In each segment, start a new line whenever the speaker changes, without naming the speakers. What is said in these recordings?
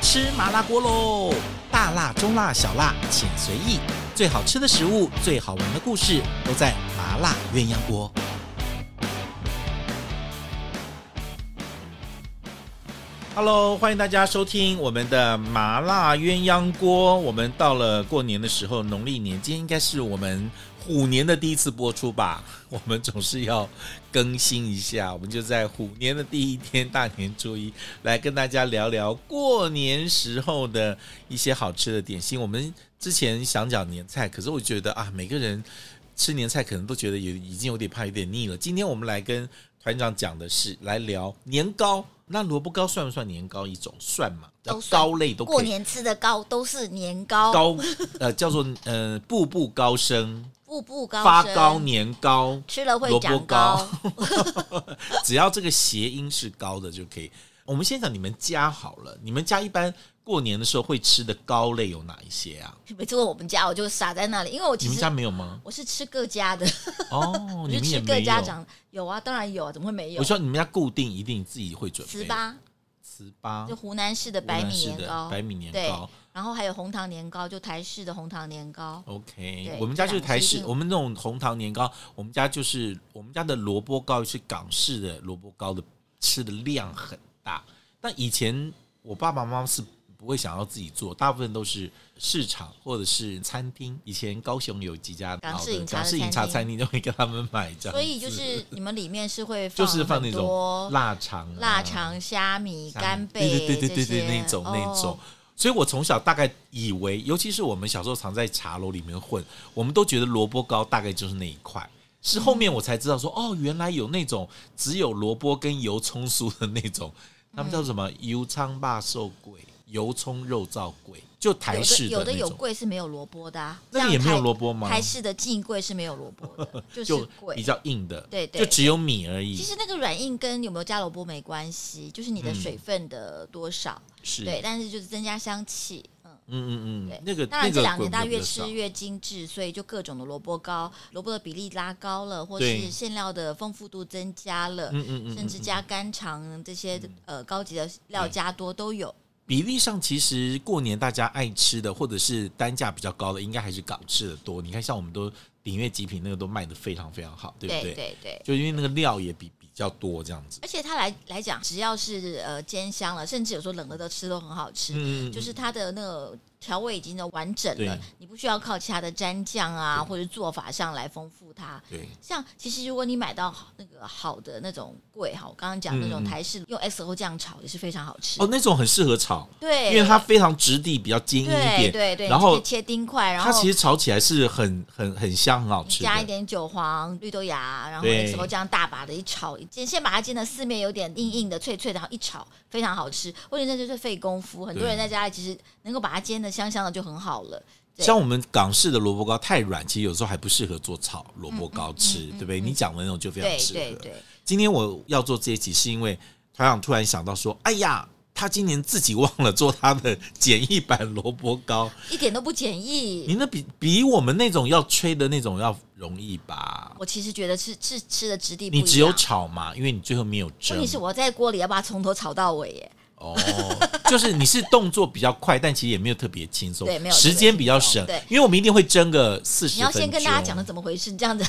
吃麻辣锅喽！大辣、中辣、小辣，请随意。最好吃的食物，最好玩的故事，都在麻辣鸳鸯锅。Hello，欢迎大家收听我们的麻辣鸳鸯锅。我们到了过年的时候，农历年，今天应该是我们虎年的第一次播出吧？ 我们总是要更新一下，我们就在虎年的第一天，大年初一，来跟大家聊聊过年时候的一些好吃的点心。我们之前想讲年菜，可是我觉得啊，每个人吃年菜可能都觉得有已经有点怕有点腻了。今天我们来跟团长讲的是来聊年糕，那萝卜糕算不算年糕一种？算嘛，
都算
糕类都可以。
过年吃的糕都是年糕，
高呃叫做呃步步高升，
步步高
发
升
高年糕，
吃了会
萝卜
长
糕
高。
只要这个谐音是高的就可以。我们先讲你们家好了，你们家一般过年的时候会吃的糕类有哪一些啊？
每次问我们家，我就傻在那里，因为我
你
其
们
实
家没有 吗？
我是吃各家的，
哦，
我
你
是
们也
吃各
没
家
有。
长有啊，当然有啊，怎么会没有
我？说你们家固定一定自己会准备
糍，粑
糍粑
就，湖南式的
湖
白
南
米
式
年
的
糕
白，米年
对
糕。
然后还有红糖年糕，就台式的红糖年糕。
OK，
对
我们家就是台
这两个是
式，
一定
我们那种红糖年糕，我们家就是我们家的萝卜糕是港式的萝卜糕的，吃的量很大。但以前我爸爸妈妈是不会想要自己做，大部分都是市场或者是餐厅。以前高雄有几家
港式
老的
饮茶的
港式饮茶餐
餐厅
厅都会跟他们买这样子，
所以就是你们里面是会
就是放那
很
种
多
腊肠啊、
腊肠、虾米、
下
干
面
贝，
哎对对对对对
这
对，
些
那种
哦
那种。所以我从小大概以为，尤其是我们小时候常在茶楼里面混，我们都觉得萝卜糕大概就是那一块。是后面我才知道说，哦，原来有那种只有萝卜跟油葱酥的那种，他们叫什么油葱霸寿鬼、油葱肉燥鬼，就台式
有
那
的有的有
种。
贵是没有萝卜的、啊，
那个
像
也没有
台
萝卜吗
台式的进贵是没有萝 卜的，就是
就
贵
比。较硬的，
对对
就只有米而已
其。实那个软硬跟有没有加萝卜没关系，就是你的
嗯
水分的多少，
是，
对，但是就是增加香气。嗯，
嗯嗯
对
嗯，那个
当然这
那
两
个
年大家
滚得
越
比较少
吃越精致，所以就各种的萝卜糕，萝卜的比例拉高了，或
对
是馅料的丰富度增加了，
嗯嗯嗯，
甚至
嗯
加肝肠这些、呃高级的料
对
加多都有。
比例上，其实过年大家爱吃的，或者是单价比较高的，应该还是港式的多。你看，像我们都鼎悦极品那个都卖的非常非常好，对不
对对对。
就因为那个料也比比较多这样子。
而且它来来讲，只要是呃煎香了，甚至有时候冷了的吃都很好吃，
嗯
就是它的那个调味已经都完整了
对，
你不需要靠其他的蘸酱啊
对
或者做法上来丰富它。
对
像其实如果你买到好那个好的那种贵哈，我刚刚讲那
嗯嗯
种台式用 XO 酱炒也是非常好吃，
哦，那种很适合炒，
对，
因为它非常质地比较坚硬一
对
点，
对对，
然后
你直接切丁块，然
它
后
其实炒起来是很很很香，很好
你
吃的。
加一点韭黄、绿豆芽，然后
对
XO 酱大把的一炒，一煎先把它煎的四面有点硬硬的、脆脆的，然后一炒非常好吃。我觉得那就是费功夫，很多
对
人在家里其实能够把它煎的香香的就很好了。对
像我们港式的萝卜糕太软，其实有时候还不适合做炒萝卜糕吃，
嗯
对不对？你讲的那种就非常
对
适合。
对对，
今天我要做这一集，是因为团长突然想到说，哎呀，他今年自己忘了做他的简易版萝卜糕。
一点都不简易。
你那比比我们那种要吹的那种要容易吧？
我其实觉得吃吃吃的质地不一
你
样。
只有炒嘛，因为你最后没有蒸
问题。是我在锅里要把它从头炒到尾耶。
哦，就是你是动作比较快，但其实也没有特别轻松，
对没有特别
时间比较省
轻松对，
因为我们一定会蒸个四十
你
分
要
钟。
先跟大家讲的怎么回事，这样子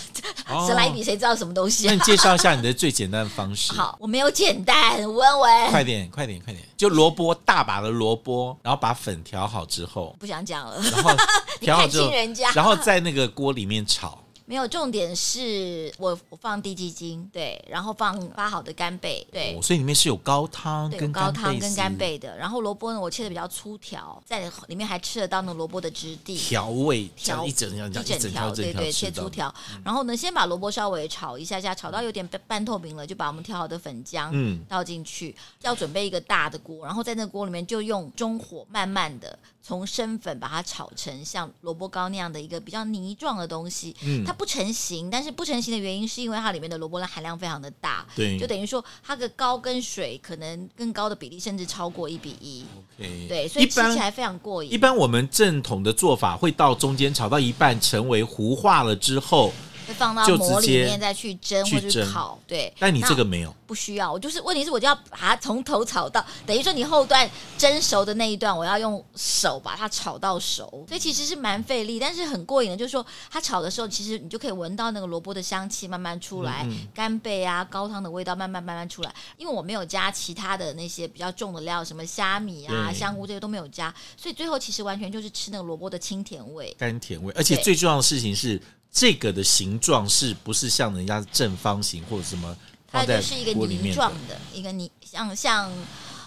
哦
谁来比谁知道什么东西
那
啊
你？介绍一下你的最简单的方式。
好，我没有简单，温文
快点，快点，快点！就萝卜大把的萝卜，然后把粉调好之后，
不想讲了。
然后调好之后
看清人家，
然后在那个锅里面炒。
没有，重点是我我放低鸡精，对，然后放发好的干贝，对。
哦，所以里面是有高汤
对，
跟
有高汤
贝
跟
丝
干贝的，然后萝卜呢，我切的比较粗条，在里面还吃得到那萝卜的质地，
调味，这
条
样一整条这样一整条
条，
一整
对
条
对，
吃
切
到嗯
粗条。然后呢，先把萝卜稍微炒一下下，炒到有点半半透明了，就把我们调好的粉浆
嗯
倒进去，要准备一个大的锅，然后在那锅里面就用中火慢慢的从生粉把它炒成像萝卜糕那样的一个比较泥状的东西。
嗯
它不成型，但是不成型的原因是因为它里面的萝卜的含量非常的大，
对
就等于说它的高跟水可能更高的比例甚至超过一比一。
OK
对，所以
一
吃起
般
来非常过瘾。
一般我们正统的做法会到中间炒到一半成为糊化了之后，
会放到
就
馍
直
里
接
面再去蒸
去
或者
蒸
烤。对，
但你
那
这个没有，
不需要，我就是问题是我就要把它从头炒到，等于说你后段蒸熟的那一段，我要用手把它炒到熟，所以其实是蛮费力，但是很过瘾的。就是说它炒的时候，其实你就可以闻到那个萝卜的香气慢慢出
嗯
来，干贝啊、高汤的味道慢慢慢慢出来。因为我没有加其他的那些比较重的料，什么虾米啊、
对
香菇这些都没有加，所以最后其实完全就是吃那个萝卜的清甜味。
甘甜味，而且
对
最重要的事情是，这个的形状是不是像人家正方形或者什么
它
放
就
在
是一个
锅里
泥
面
状
的？
的，一个泥像像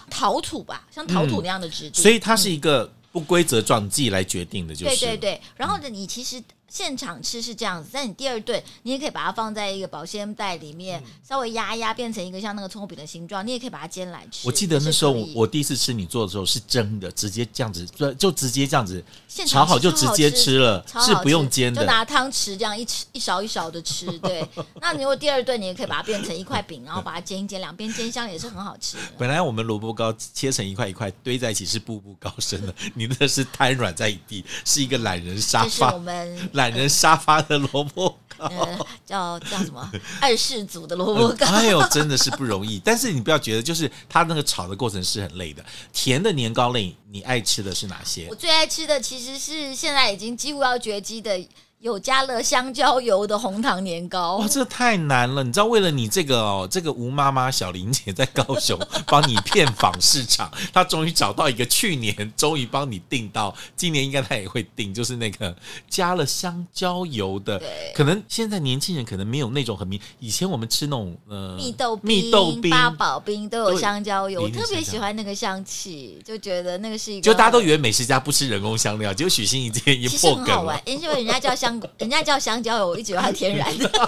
陶土吧，像陶土
嗯
那样的质地。嗯
所以它是一个不规则状自己来决定的，就是
对对对，然后呢，你其实现场吃是这样子，但你第二顿你也可以把它放在一个保鲜袋里面，
嗯
稍微压一压，变成一个像那个葱油饼的形状，你也可以把它煎来吃。
我记得那时候
也
我
是可以
我第一次吃你做的时候是蒸的，直接这样子，就就直接这样子
现场
炒好就
超
直接
吃
吃了，
超
是
好
不用
吃
煎
就
的。
拿汤匙这样一吃一勺一勺的吃。对，那你如果第二顿你也可以把它变成一块饼，然后把它煎一煎，两边煎香也是很好吃的。
本来我们萝卜糕切成一块一块堆在一起是步步高升 的，你那是瘫软在一地，是一个懒人沙
这是我
啊发，
们
懒人沙发的萝卜糕。
呃叫叫什么二世祖的萝卜糕。
哎呦，真的是不容易。但是你不要觉得，就是它那个炒的过程是很累的。甜的年糕类，你爱吃的是哪些
我？最爱吃的其实是现在已经几乎要绝迹的有加了香蕉油的红糖年糕
哇，。哦这太难了！你知道，为了你这个哦，这个吴妈妈小玲姐在高雄 帮你骗访市场，她终于找到一个，去年终于帮你订到，今年应该她也会订，就是那个加了香蕉油的
对。
可能现在年轻人可能没有那种很明，以前我们吃那种呃
蜜豆冰、
蜜豆冰，
八宝冰都有香蕉油，
都
我
有
特别
里面香
喜
蕉
欢那个香气，就觉得那个是一个。
就大家都以为美食家不吃人工香料，结果许昕已经已
其
经
实
破
很
梗
好
了
玩。，因为人家叫香，人家叫香蕉油，我一直以为它天 然的。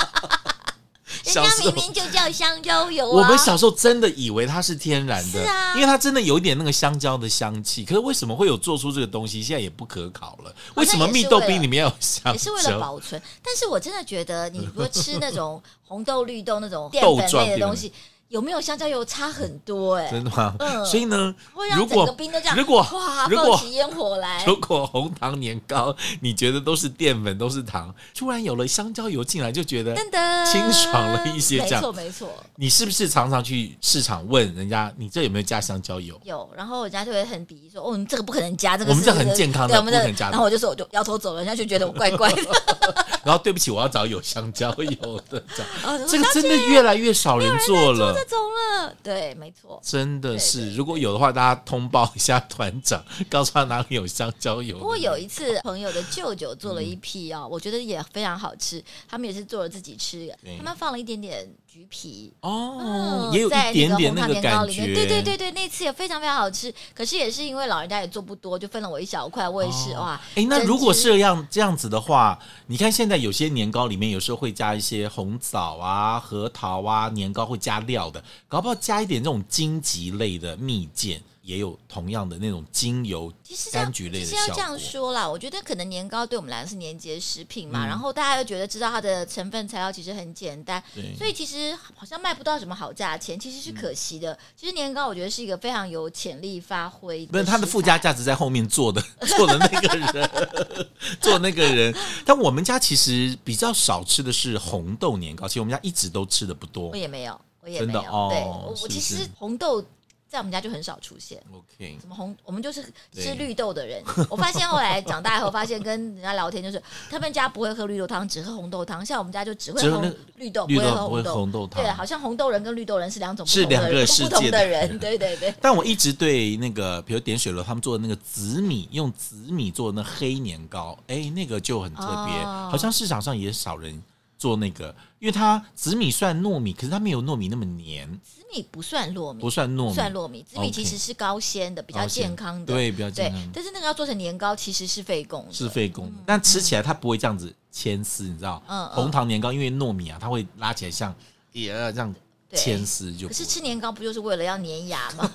人
小
家
时候
明明就叫香蕉油
我
啊！
们小时候真的以为它是天然的，
是啊
因为它真的有一点那个香蕉的香气。可是为什么会有做出这个东西？现在也不可考了。为什么蜜豆冰里面要有香
也是
蕉
为？了保存。但是我真的觉得，你如果吃那种红豆、绿豆那种淀
豆
粉
状
类的
淀粉
东西，有没有香蕉油差很多哎、
真的吗？
嗯
所以呢
会，让
如
整个
果
冰都这样，
如果
哇，
如
放
果
起烟火来，
如果红糖年糕你觉得都是淀粉都是糖，突然有了香蕉油进来，就觉得
噔噔，
清爽了一些这
没
样
错没错，
你是不是常常去市场问人家，你这有没有加香蕉油？
有。然后人家就会很鄙夷说：“哦，你这个不可能加，这个
我们
是
这很健康的
对我们
不
的
能。加”的
然后我就说，我就摇头走了，人家就觉得我怪怪 的。
然后对不起，我要找有香蕉油的。这样
然后我就说
这个真的越来越少人
啊
做了。
这种了，对，没错。
真的是，
对对
如果有的话，大家通报一下团长， 告诉他哪里有香蕉油。
不过有一次，朋友的舅舅做了一
嗯
批哦，我觉得也非常好吃。他们也是做了自己吃的
对，
他们放了一点点橘皮，
哦
嗯，
也有
在
一点点
那
那
个
个感
红糖年糕里面
觉，
对对对对，那次也非常非常好吃。可是也是因为老人家也做不多，就分了我一小块，我也是、
哦
哇。
哎，那
真
如果
是
这样这样子的话，你看现在有些年糕里面有时候会加一些红枣啊、核桃啊，年糕会加料的，搞不好加一点这种荆棘类的蜜饯，也有同样的那种精油
其实、这
柑
样
橘类的
其实要
效
这样
果。
说啦，我觉得可能年糕对我们来说是年节食品
嗯
嘛，然后大家又觉得知道它的成分材料其实很简单，
对
所以其实好像卖不到什么好价钱，其实是可惜
嗯
的。其实年糕我觉得是一个非常有潜力发挥，
不是它的附加。价值在后面做的 做的那个人，做那个人。但我们家其实比较少吃的是红豆年糕，其实我们家一直都吃的不多
我。也没有，我也
真
没
的
有。
哦
对，我
是不
我其实
是
红豆在我们家就很少出现。
OK，
什么红，我们就是
对
吃绿豆 的人。我发现后来长大以后，发现跟人家聊天就是，他们家不会喝绿豆汤，只喝红豆汤。像我们家就只会
只
喝
喝那
红
个
绿豆，
绿
不会
豆
喝
不会
红豆。
红豆汤
对，啊好像红豆人跟绿豆人是两种不
是
同的
两个
人
世
不同
界
的
的
人。 对对对，
但我一直对那个，比如点水楼他们做的那个紫米，用紫米做的那黑年糕，哎，那个就很特别，
哦
好像市场上也少人做那个，因为它紫米算糯米，可是它没有糯米那么黏，
紫米不算糯米，
不算糯米，
算糯米，紫米
OK
其实是高纤的，比较
高纤
健康的。
对，比较
对
健康。
但是那个要做成年糕，其实是费工的。
是费工的，但吃起来它不会这样子牵丝，你知道？
嗯嗯嗯
红糖年糕因为糯米啊，它会拉起来像，也这样
对
千丝就
可
不
是吃年糕不就是为了要粘牙 吗？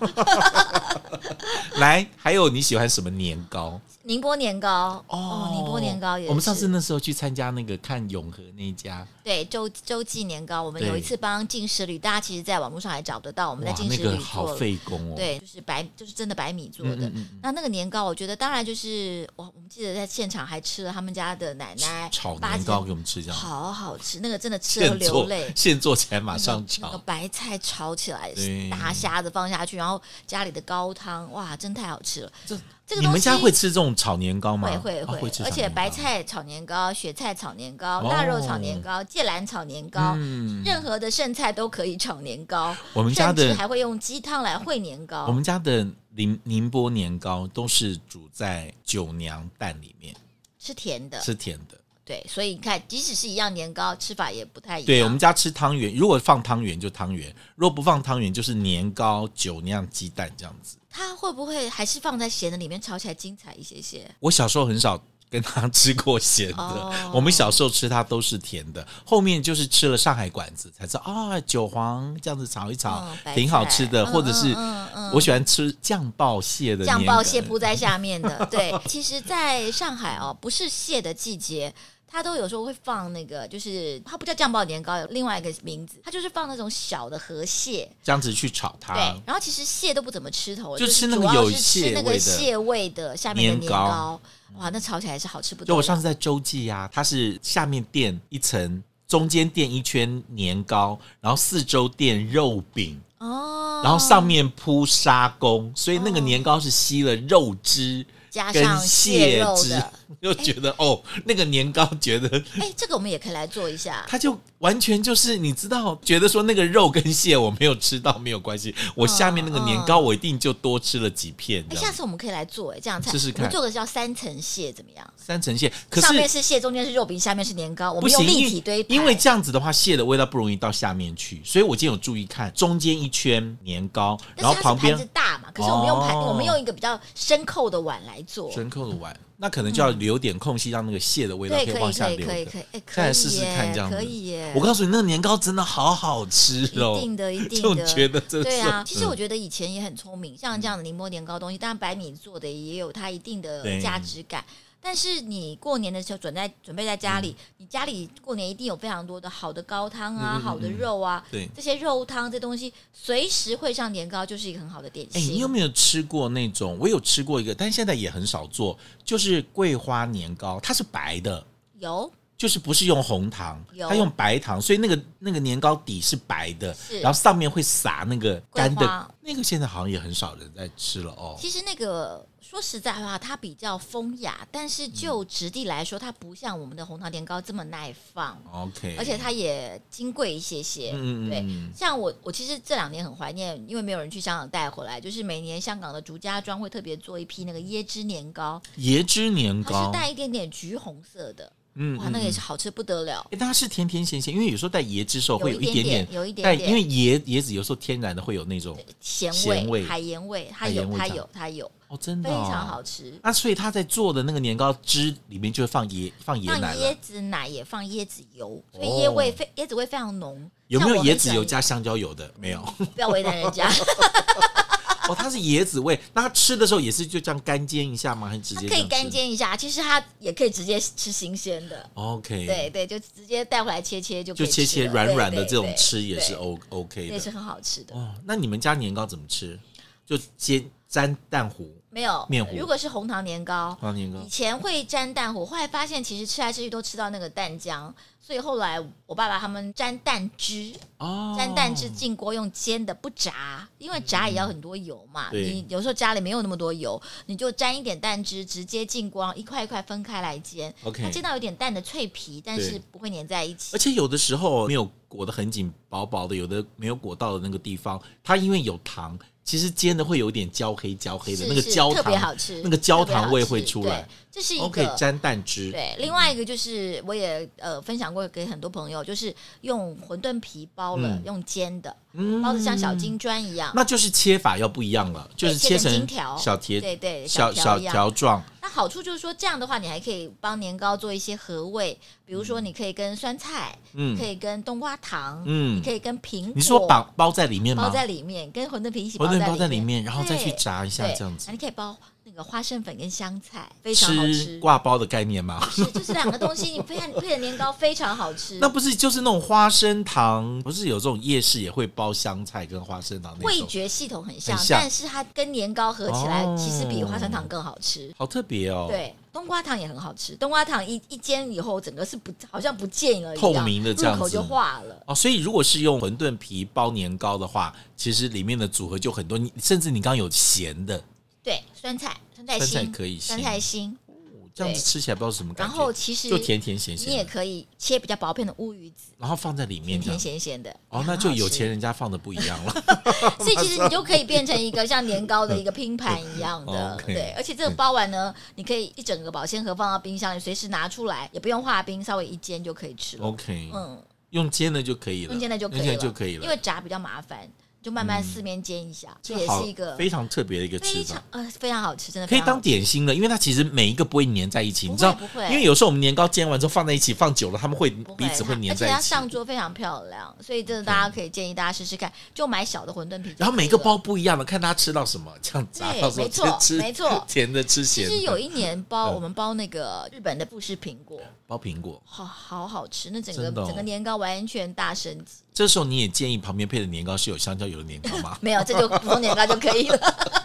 来。还有你喜欢什么年糕？
宁波年糕哦，宁波年糕也是。
我们上次那时候去参加那个看永和那一家，
对周周记年糕，我们
对
有一次帮进食旅，大家其实在网络上还找得到，我们在
哇，
进
那
食
个
旅
好
做了。
费工哦。
对，就是白，就是真的白米做
嗯，
的。
嗯嗯
那那个年糕，我觉得当然就是哇，我们记得在现场还吃了他们家的奶奶
嗯，炒
八
年
姐
糕给我们吃，这样
好好吃，那个真的吃了
现
流
做
泪，。
现做起来马
那
上
那个
炒。
白菜炒起来
对，
大虾子放下去，然后家里的高汤，哇，真太好吃了。
这
这个
你
东
们家
西
会吃这种炒年糕吗？
会会
啊
会
吃，炒
而且
年糕
白菜炒年糕、雪菜炒年糕、
哦
腊肉炒年糕、芥兰炒年糕，
嗯
任何的剩菜都可以炒年糕。
我们家的
甚至还会用鸡汤来烩年糕。
我们家的宁宁波年糕都是煮在酒酿蛋里面，
吃甜的，
吃甜的。
对，所以你看，即使是一样年糕，吃法也不太一样。
对我们家吃汤圆，如果放汤圆就汤圆，如果不放汤圆就是年糕、酒酿鸡蛋这样子。
它会不会还是放在咸的里面炒起来精彩一些些？
我小时候很少跟他 吃过咸的，
哦
我们小时候吃它都是甜的。后面就是吃了上海馆子，才知道啊，韭黄这样子炒一炒、
嗯白
挺好吃的，
菜
或者是
嗯嗯嗯嗯
我喜欢吃酱爆蟹的
酱
年
爆
糕
蟹 铺在下面的。对，其实在上海哦，不是蟹的季节。它都有时候会放那个，就是它不叫酱爆年糕，有另外一个名字，它就是放那种小的河蟹。
这样子去炒它。
对，然后其实蟹都不怎么吃头，
啊就吃
是
那个
主要
有
是吃那
蟹味
个
的
蟹味的下面
年
的年
糕
糕，哇，那炒起来是好吃不得
就
了。
我上次在洲际啊，它是下面垫一层，中间垫一圈年糕，然后四周垫肉饼，
哦，
然后上面铺沙公，所以那个年糕是吸了肉汁
加
跟
上蟹肉
汁
的，，
就觉得哦，那个年糕觉得
哎，这个我们也可以来做一下。
它就完全就是你知道，觉得说那个肉跟蟹我没有吃到没有关系，我下面那个年糕我一定就多吃了几片
哦哎，
这
下
样。
次我们可以来做，哎，这样菜
试试
我
看
们做个叫三层蟹怎么样？
三层蟹，可
上面
是
是蟹，中间是肉饼，下面是年糕，我
不
们用
行，
立
因
体堆
为
排
因为这样子的话，蟹的味道不容易到下面去，所以我今天有注意看中间一圈年糕，然
但
后
是它
旁
是盘子
边
大嘛，可是我们用盘，
哦
我们用一个比较深扣的碗来做，
深扣的碗，那可能就要留点空隙，让那个蟹的味道
对，可
往
以，
下
可以，
流
可以，
的。
可以，
再
哎，可
来
以
试试看这样子
耶，可以耶
我，告诉你，那个年糕真的好好吃
一
哦，
定的，一
就
定的，
觉得这
对
是
啊，
嗯
其实我觉得以前也很聪明，像这样的宁波年糕东西，当然白米做的也有它一定
对
的价值感。但是你过年的时候准在准备在家里，你家里过年一定有非常多的好的高汤啊、
嗯嗯嗯嗯
好的肉啊，
对
这些肉汤这东西随时会上年糕，就是一个很好的点
哎、
心。
你有没有吃过那种？我有吃过一个，但现在也很少做，就是桂花年糕，它是白的，
有
就是不是用红糖，
有
它用白糖，所以那个那个年糕底是白的，
是
然后上面会撒那个干
桂
的
花，
那个现在好像也很少人在吃了哦。
其实那个说实在话，它比较风雅，但
嗯
是就质地来说，它不像我们的红糖年糕这么耐放，
OK，
而且它也金贵一些些。
嗯嗯
对，
嗯，
像我，我其实这两年很怀念，因为没有人去香港带回来，就是每年香港的竹家庄会特别做一批那个椰汁年糕，
椰汁年
它
糕
是，带一点点橘红色的，
嗯
哇，那个也是好吃不得了，
诶但它是甜甜咸咸，因为有时候带椰汁的时候会
有
一点
点，有一
带，
点
因
点
为椰椰子有时候天然的会有那种
咸
咸味
海盐味，它
海盐
有，
味
它
道
有，它有，
哦，真
非
的、哦、
常好吃。
那所以他在做的那个年糕汁里面就会放椰放椰
放
奶
椰
了。
子奶也放椰子油，所以
哦
椰味非、椰子味非常浓。
有没
像
有
我很
椰子
喜欢
油？加香蕉油 的？没有
不要为难人家，
哦，它是椰子味。那它吃的时候也是就这样干煎一下吗？还是直
它
接
可以
这样
干
吃？
煎一下，其实它也可以直接吃新鲜的。
OK，
对，对，就直接带回来切切就可
就
以
切切
吃了
软
对
软的
对
这种
对
吃也是
对
O OK
那
的
是。很好吃的。
哦，那你们家年糕怎么吃？就煎沾蛋糊
没有
面糊嗯
如果是红糖年糕，
黄年糕
以前会沾蛋糊，后来发现其实吃来吃去都吃到那个蛋浆，所以后来我爸爸他们沾蛋汁，
哦，
沾蛋汁进锅用煎的，不炸，因为炸也要很多油嘛。
嗯对
你有时候家里没有那么多油，你就沾一点蛋汁，直接进锅，一块一块分开来煎。
OK
它煎到有点蛋的脆皮，但
对
是不会粘在一起
而。且有的时候没有裹得很紧，薄薄的；有的没有裹到的那个地方，它因为有糖，其实煎的会有点焦黑焦黑的，
是
那个
是
焦
特
糖
别好吃，
那个焦
特别好
糖味
吃
会出来
对。这是一个
OK，沾蛋汁，
对，另外一个就是我也呃分享过给很多朋友，就是用馄饨皮包了，
嗯
用煎的，
嗯
包的像小金砖一样。
那就是切法要不一样了，就是
切成
成
金条
小铁
对对
小
小条
小
一样
条状，
那好处就是说，这样的话你还可以帮年糕做一些合味，比如说你可以跟酸菜，
嗯
可以跟冬瓜糖，
嗯
你可以跟苹果，
你说把包在里面吗？
包在里面，跟馄饨皮一起
馄饨包
在
在里面，然后再去
对
炸一下
对，
这样子
啊，你可以包那个花生粉跟香菜，非常好
吃
吃。
挂包的概念吗？
是，就是两个东西，你配配的年糕非常好 吃。
那不是就是那种花生糖？不是有这种夜市也会包香菜跟花生糖那
味
种，
觉系统很像，
很像
但是它跟年糕合起来，
哦
其实比花生糖更好吃。
好特别哦。，
对，冬瓜糖也很好吃，冬瓜糖一一煎以后，整个是不好像不见了一样，
透明的这样子
入口就化了。
哦，所以如果是用馄饨皮包年糕的话，其实里面的组合就很多，你甚至你刚刚有咸的，
对，酸菜、酸菜
酸菜
心
可以
酸
心
菜心，
哦这样子
对
吃起来不知道是什么感
然
觉。
后其实
就甜甜咸
你也
咸的，
可以切比较薄片的乌鱼子，
然后放在里面
甜
这
甜
样。
咸咸的。
哦，那
也很好
就有
吃
钱人家放的不一样了。
所以其实你就可以变成一个像年糕的一个拼盘一样 的，
OK
对。而且这个包完呢，你可以一整个保鲜盒放到冰箱里，随时拿出来，也不用化冰，稍微一煎就可以吃 了。
OK，
嗯，
用煎的就可以了，
用煎的就可以
用
了，
煎就可以
因
了。嗯
为炸比较麻烦，就慢慢四面煎一下，这
这
也
好
是一个
非常特别的一个吃
非
法
常。呃非常好吃，真的
可以
非常
当
好
点心了，因为它其实每一个不会粘在一起，
不会
你知道，
不会
因为有时候我们年糕煎完之后放在一起，放久了他们会
不
彼此会
它
粘
而且
在一
它
起。
上桌非常漂亮，所以真的大家可以建议大家试试看，就买小的馄饨皮就可以了，
然后每个包不一样的，看他吃到什么，这样子啊
对
到时候
没错
吃
没错
甜的吃
其
咸
实
的，
有一年 包
嗯
我们包那个日本的富士苹果，
包苹果。
好好好吃，那整个、
真的哦
整个年糕完全大升级，？
这时候你也建议旁边配的年糕是有香蕉油的年糕吗
没有这就普通年糕就可以了。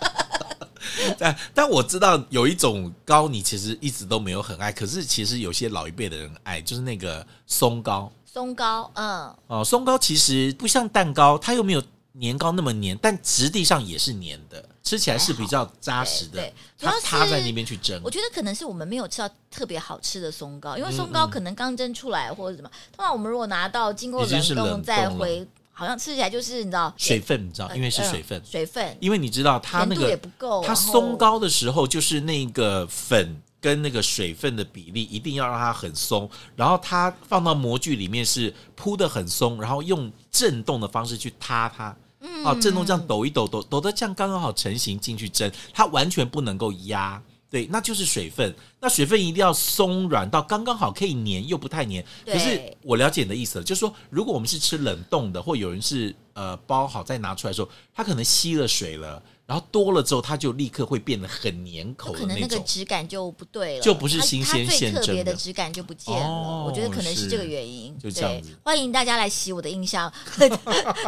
但但我知道有一种糕你其实一直都没有很爱，可是其实有些老一辈的人爱，就是那个松糕
松糕，嗯，
哦。松糕其实不像蛋糕，它又没有年糕那么黏，但质地上也是黏的，吃起来是比较扎实的。
对，主要
它
是
趴在那边去蒸
我，觉得可能是我们没有吃到特别好吃的松糕，因
嗯
为松糕可能刚蒸出来或者什么，通常我们如果拿到经过
已经是
冷
冷
冻再
冻了
回，好像吃起来就是你知道
水分你知道，因为是水分
嗯，水分
因为你知道它那
甜度也
个
不够，
它
然后
松糕的时候，就是那个粉跟那个水分的比例一定要让它很松，然后它放到模具里面是铺的很松，然后用震动的方式去塌它。啊，震动这
嗯
样抖一抖，抖抖的这样刚刚好成型进去蒸，它完全不能够压，对，那就是水分。那水分一定要松软到刚刚好，可以粘又不太粘。
对
可是我了解你的意思了，就是说，如果我们是吃冷冻的，或有人是呃包好再拿出来的时候，它可能吸了水了，然后多了之后，它就立刻会变得很粘口
就
的
可能那个
种。
质感就不对了，
就不是
它
新
它
鲜
最
现
特
蒸
别的
的
质感就不见了。
哦
我觉得可能是
是
这个原因。
就这样
对
子，
欢迎大家来洗我的印象，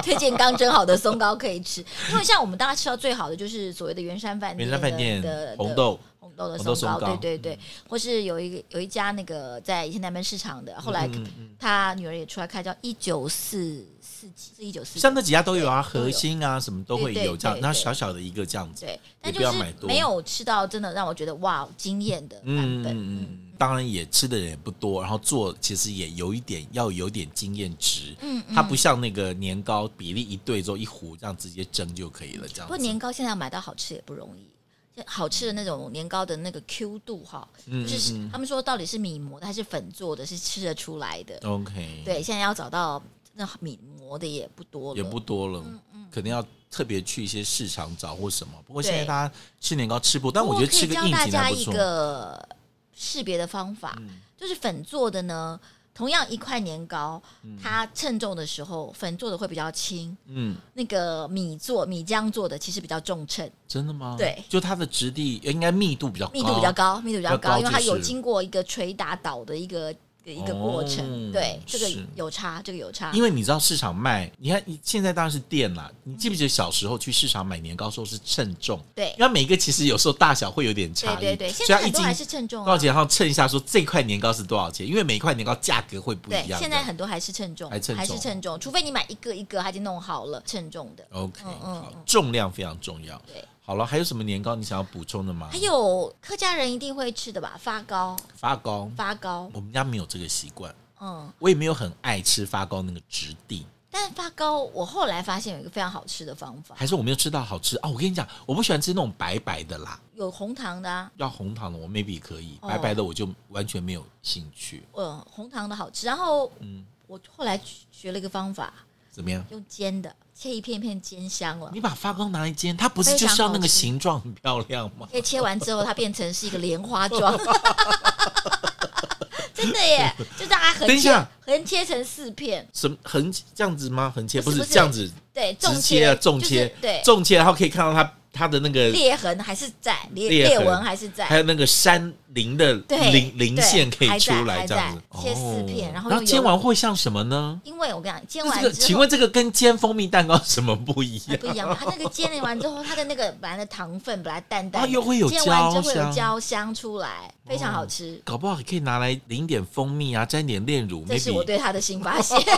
推荐刚蒸好的松糕可以吃，因为像我们大家吃到最好的就是所谓的圆山饭
原
店的
山饭店
的
红。
的
豆
红豆的
红豆
松糕，
松糕嗯
对对对，或是有一个有一家那个在以前南门市场的，后来
嗯嗯
他女儿也出来开，叫一九四四几，是一九四
像那几家都有啊，
对都有
核心啊什么都会
对对
有这样，
对
那
对
小小的一个这样子。
对，
也
但就
不要买
是
多
没有吃到真的让我觉得哇惊艳的版
嗯嗯
本。
嗯嗯，当然也吃的人也不多，然后做其实也有一点要有点经验值。
嗯
它不像那个年糕比例一对之后一糊这样直接蒸就可以了，这样
不
子。
过年糕现在要买到好吃也不容易，就好吃的那种年糕的那个 Q 度哈，
嗯
就是
嗯
他们说到底是米磨的还是粉做的，是吃得出来
哦
的。
OK，，
对，现在要找到那米磨的也不多了，
也不多了，
嗯
可能要特别去一些市场找或什么。不过现在
对
大家吃年糕吃不，但
不
我
过
觉得吃个
可以
应
教大
景的
家
还不
一
错。嗯
个识别的方法，就是粉做的呢，同样一块年糕，它称重的时候，粉做的会比较轻，
嗯，
那个米做米浆做的其实比较重称。
真的吗？
对
就它的质地应该密度比较高，
密度比较高，密度比较
哦比较高
高，因为它
就是
有经过一个捶打倒的一个一个过程。
哦
对，这个
是
有差，这个有差。
因为你知道市场卖，你看你现在当然是店啦。你记不记得小时候去市场买年糕时候是称重？
对
因为每一个其实有时候大小会有点差
对
异，
对对，现
所
在
以它一
很多
斤
还是称重
多少
啊。
钱，然后称一下说这块年糕是多少钱，因为每一块年糕价格会不
对
一，样。
现在很多还是称重，
还称重
是称重，除非你买一个一个，它已经弄好了称重的。
OK，
嗯嗯
好，重量非常重要。
对，
好了，还有什么年糕你想要补充的吗
还？有客家人一定会吃的吧？发糕，
发糕，
发糕，
我们家没有这个习惯，
嗯，
我也没有很爱吃发糕那个质地，
但发糕我后来发现有一个非常好吃的方法，
还是我没有吃到好吃啊！我跟你讲，我不喜欢吃那种白白的啦，
有红糖的啊，
要红糖的我 maybe 可以，
哦
白白的我就完全没有兴趣。
呃嗯，红糖的好吃。然后
嗯，
我后来学了一个方法，
怎么样？
用煎的，切一片一片煎香了
你。把发糕拿来煎，它不是
哦非
就
常
是要那
好
个
吃
形状很漂亮吗？
可以切完之后，它变成是一个莲花状， 真的耶！就让它
等
横
一
切
下，
横切成四片，
什么横这样子吗？横切
不
不
是
是
不是
这样子，
对，
直
重
切啊，
切，
重
就是
切，
对，
重切，然后可以看到它它的那个，
裂痕还是在，裂
裂
裂
痕
纹还是在
还，有那个山林的
对
林林
对
线可以
还
出
在
来
还
这样子，
在切四片
哦
然后
然后
用
煎
油
完会像什么呢？
因为我跟你讲，煎
那
完
这
之
个
后，
请问这个跟煎蜂蜜蛋糕有什么不一
它
样？
不一样，它那个煎完之后，它的那个本来的糖分本来淡淡
啊，
的，
又会有
煎完
焦
之后会有
香，哦
焦香出来，非常好吃。
搞不好也可以拿来淋点蜂蜜啊，沾点炼乳
这是我
，maybe。
对它的啊新发现。
哦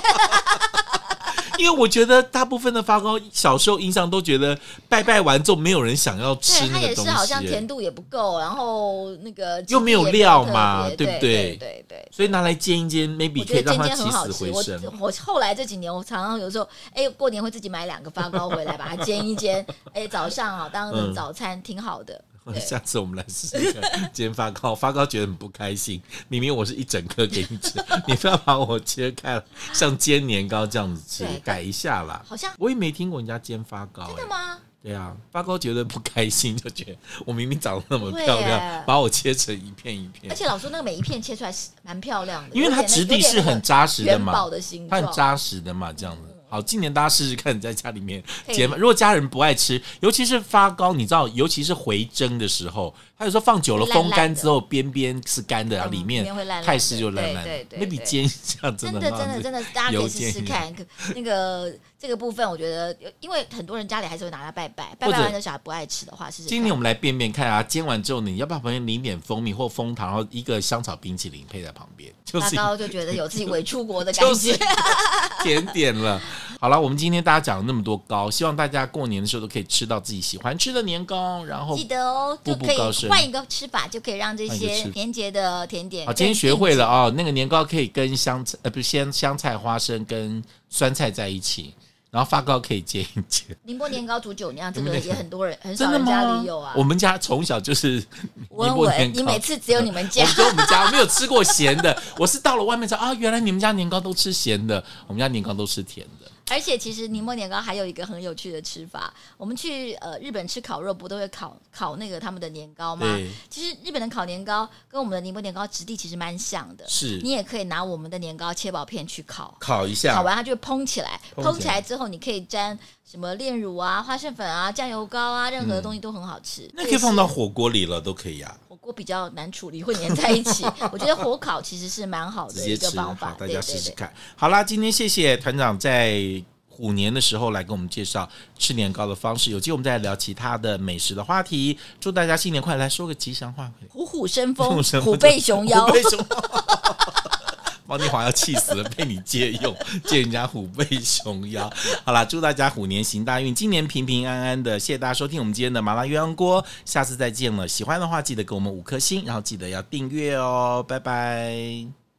因为我觉得大部分的发糕，小时候印象都觉得拜拜完之后没有人想要吃
对，它
那个
也
东
是
西，
好像甜度也不够，然后那个
又没有
质地也
料
不
嘛
特
对
别对
不对
对对。
所以拿来煎一煎，maybe
我
可
觉
以
得
让它
煎煎
起
很好
死
吃，
回
我
生。
我后来这几年，我常常有时候，哎，过年会自己买两个发糕回来，把它煎一煎，哎，早上啊
嗯
当早餐挺好的。 对
下次我们来试试看煎发糕，发糕觉得很不开心。明明我是一整颗给你吃， 你非要把我切开了，像煎年糕这样子吃
对，
改一下啦。
好像
我也没听过人家煎发糕、
真的
欸，
吗？
对啊，发糕觉得不开心，就觉得我明明长得那么
不会
漂
耶
亮，把我切成一片一
而
片，
且老师那个每一片切出来是蛮漂亮的，
嗯因为它
有点那
质地是很扎实
有点
的
那个
嘛
元宝，的形
它
状，
很扎实的嘛，这样子。好，今年大家试试看，你在家里面
嗯可以
煎吧。如果家人不爱吃，尤其是发糕，你知道，尤其是回蒸的时候，它有时候放久了
会烂烂
风干
的
之后，边边是干的，然后
嗯
里面
里面会烂烂的
泰式就烂烂
对
的
对，对
那比
对
煎一下真
真
的
的
很
真
好
的
吃
真的，大家可以
油
试试
煎一
看。可 那个这个部分，我觉得，因为很多人家里还是会拿来拜拜，拜
或
拜
者
完的小孩不爱吃的话，试试看。
今年我们来变变看啊，煎完之后你要不要旁边淋点蜂蜜或蜂糖，然后一个香草冰淇淋配在旁边，就是
大 高就觉得有自己伪出国的感觉。
就是甜点了。好了，我们今天大家讲了那么多糕，希望大家过年的时候都可以吃到自己喜欢吃的年糕，然后
记得哦，
步
就
步
可
高升
以换一个吃法，就可以让这
换一个
些
吃法
年节的甜点。
好，今天学会了。哦，那个年糕可以跟香菜呃，不是鲜香菜、花生跟酸菜在一起，然后发糕可以煎一煎。
宁波年糕煮酒酿，这
你们
个
那个
也很多人很
真
少
的
人家
吗
里有啊
我。们家从小就是尼
温
泊年
文，
糕。呃
你每次只有你们
我
家
们。说我们家我没有吃过咸的，我是到了外面才啊，原来你们家年糕都吃咸的，我们家年糕都吃甜的。
而且其实宁波年糕还有一个很有趣的吃法，我们去呃日本吃烤肉，不都会烤烤那个他们的年糕吗
对？
其实日本的烤年糕跟我们的宁波年糕质地其实蛮像的，
是
你也可以拿我们的年糕切薄片去烤。
烤一下
烤完它就蓬起来，
蓬起来
蓬起来之后，你可以沾什么炼乳啊、花生粉啊、酱油膏啊，任何东西都很好吃。
嗯那可以放到火锅里了，都可以啊。
火锅比较难处理，会粘在一 起。我觉得火烤其实是蛮好
直
的
接
一个
吃，啊
方
好
法，，
大
对
家
对
试试
对
看。好啦，今天谢谢团长在虎年的时候来给我们介绍吃年糕的方式，有机会我们再聊其他的美食的话题。祝大家新年快乐，来说个吉祥话，快点
虎虎生风
虎生，风
虎背熊腰
虎。背熊。 王金华要气死了，被你借用，借人家虎背熊腰。好啦，祝大家虎年行大运，今年平平安安的。谢谢大家收听我们今天的麻辣鸳鸯锅，下次再见了。喜欢的话记得给我们五颗星，然后记得要订阅哦，拜拜。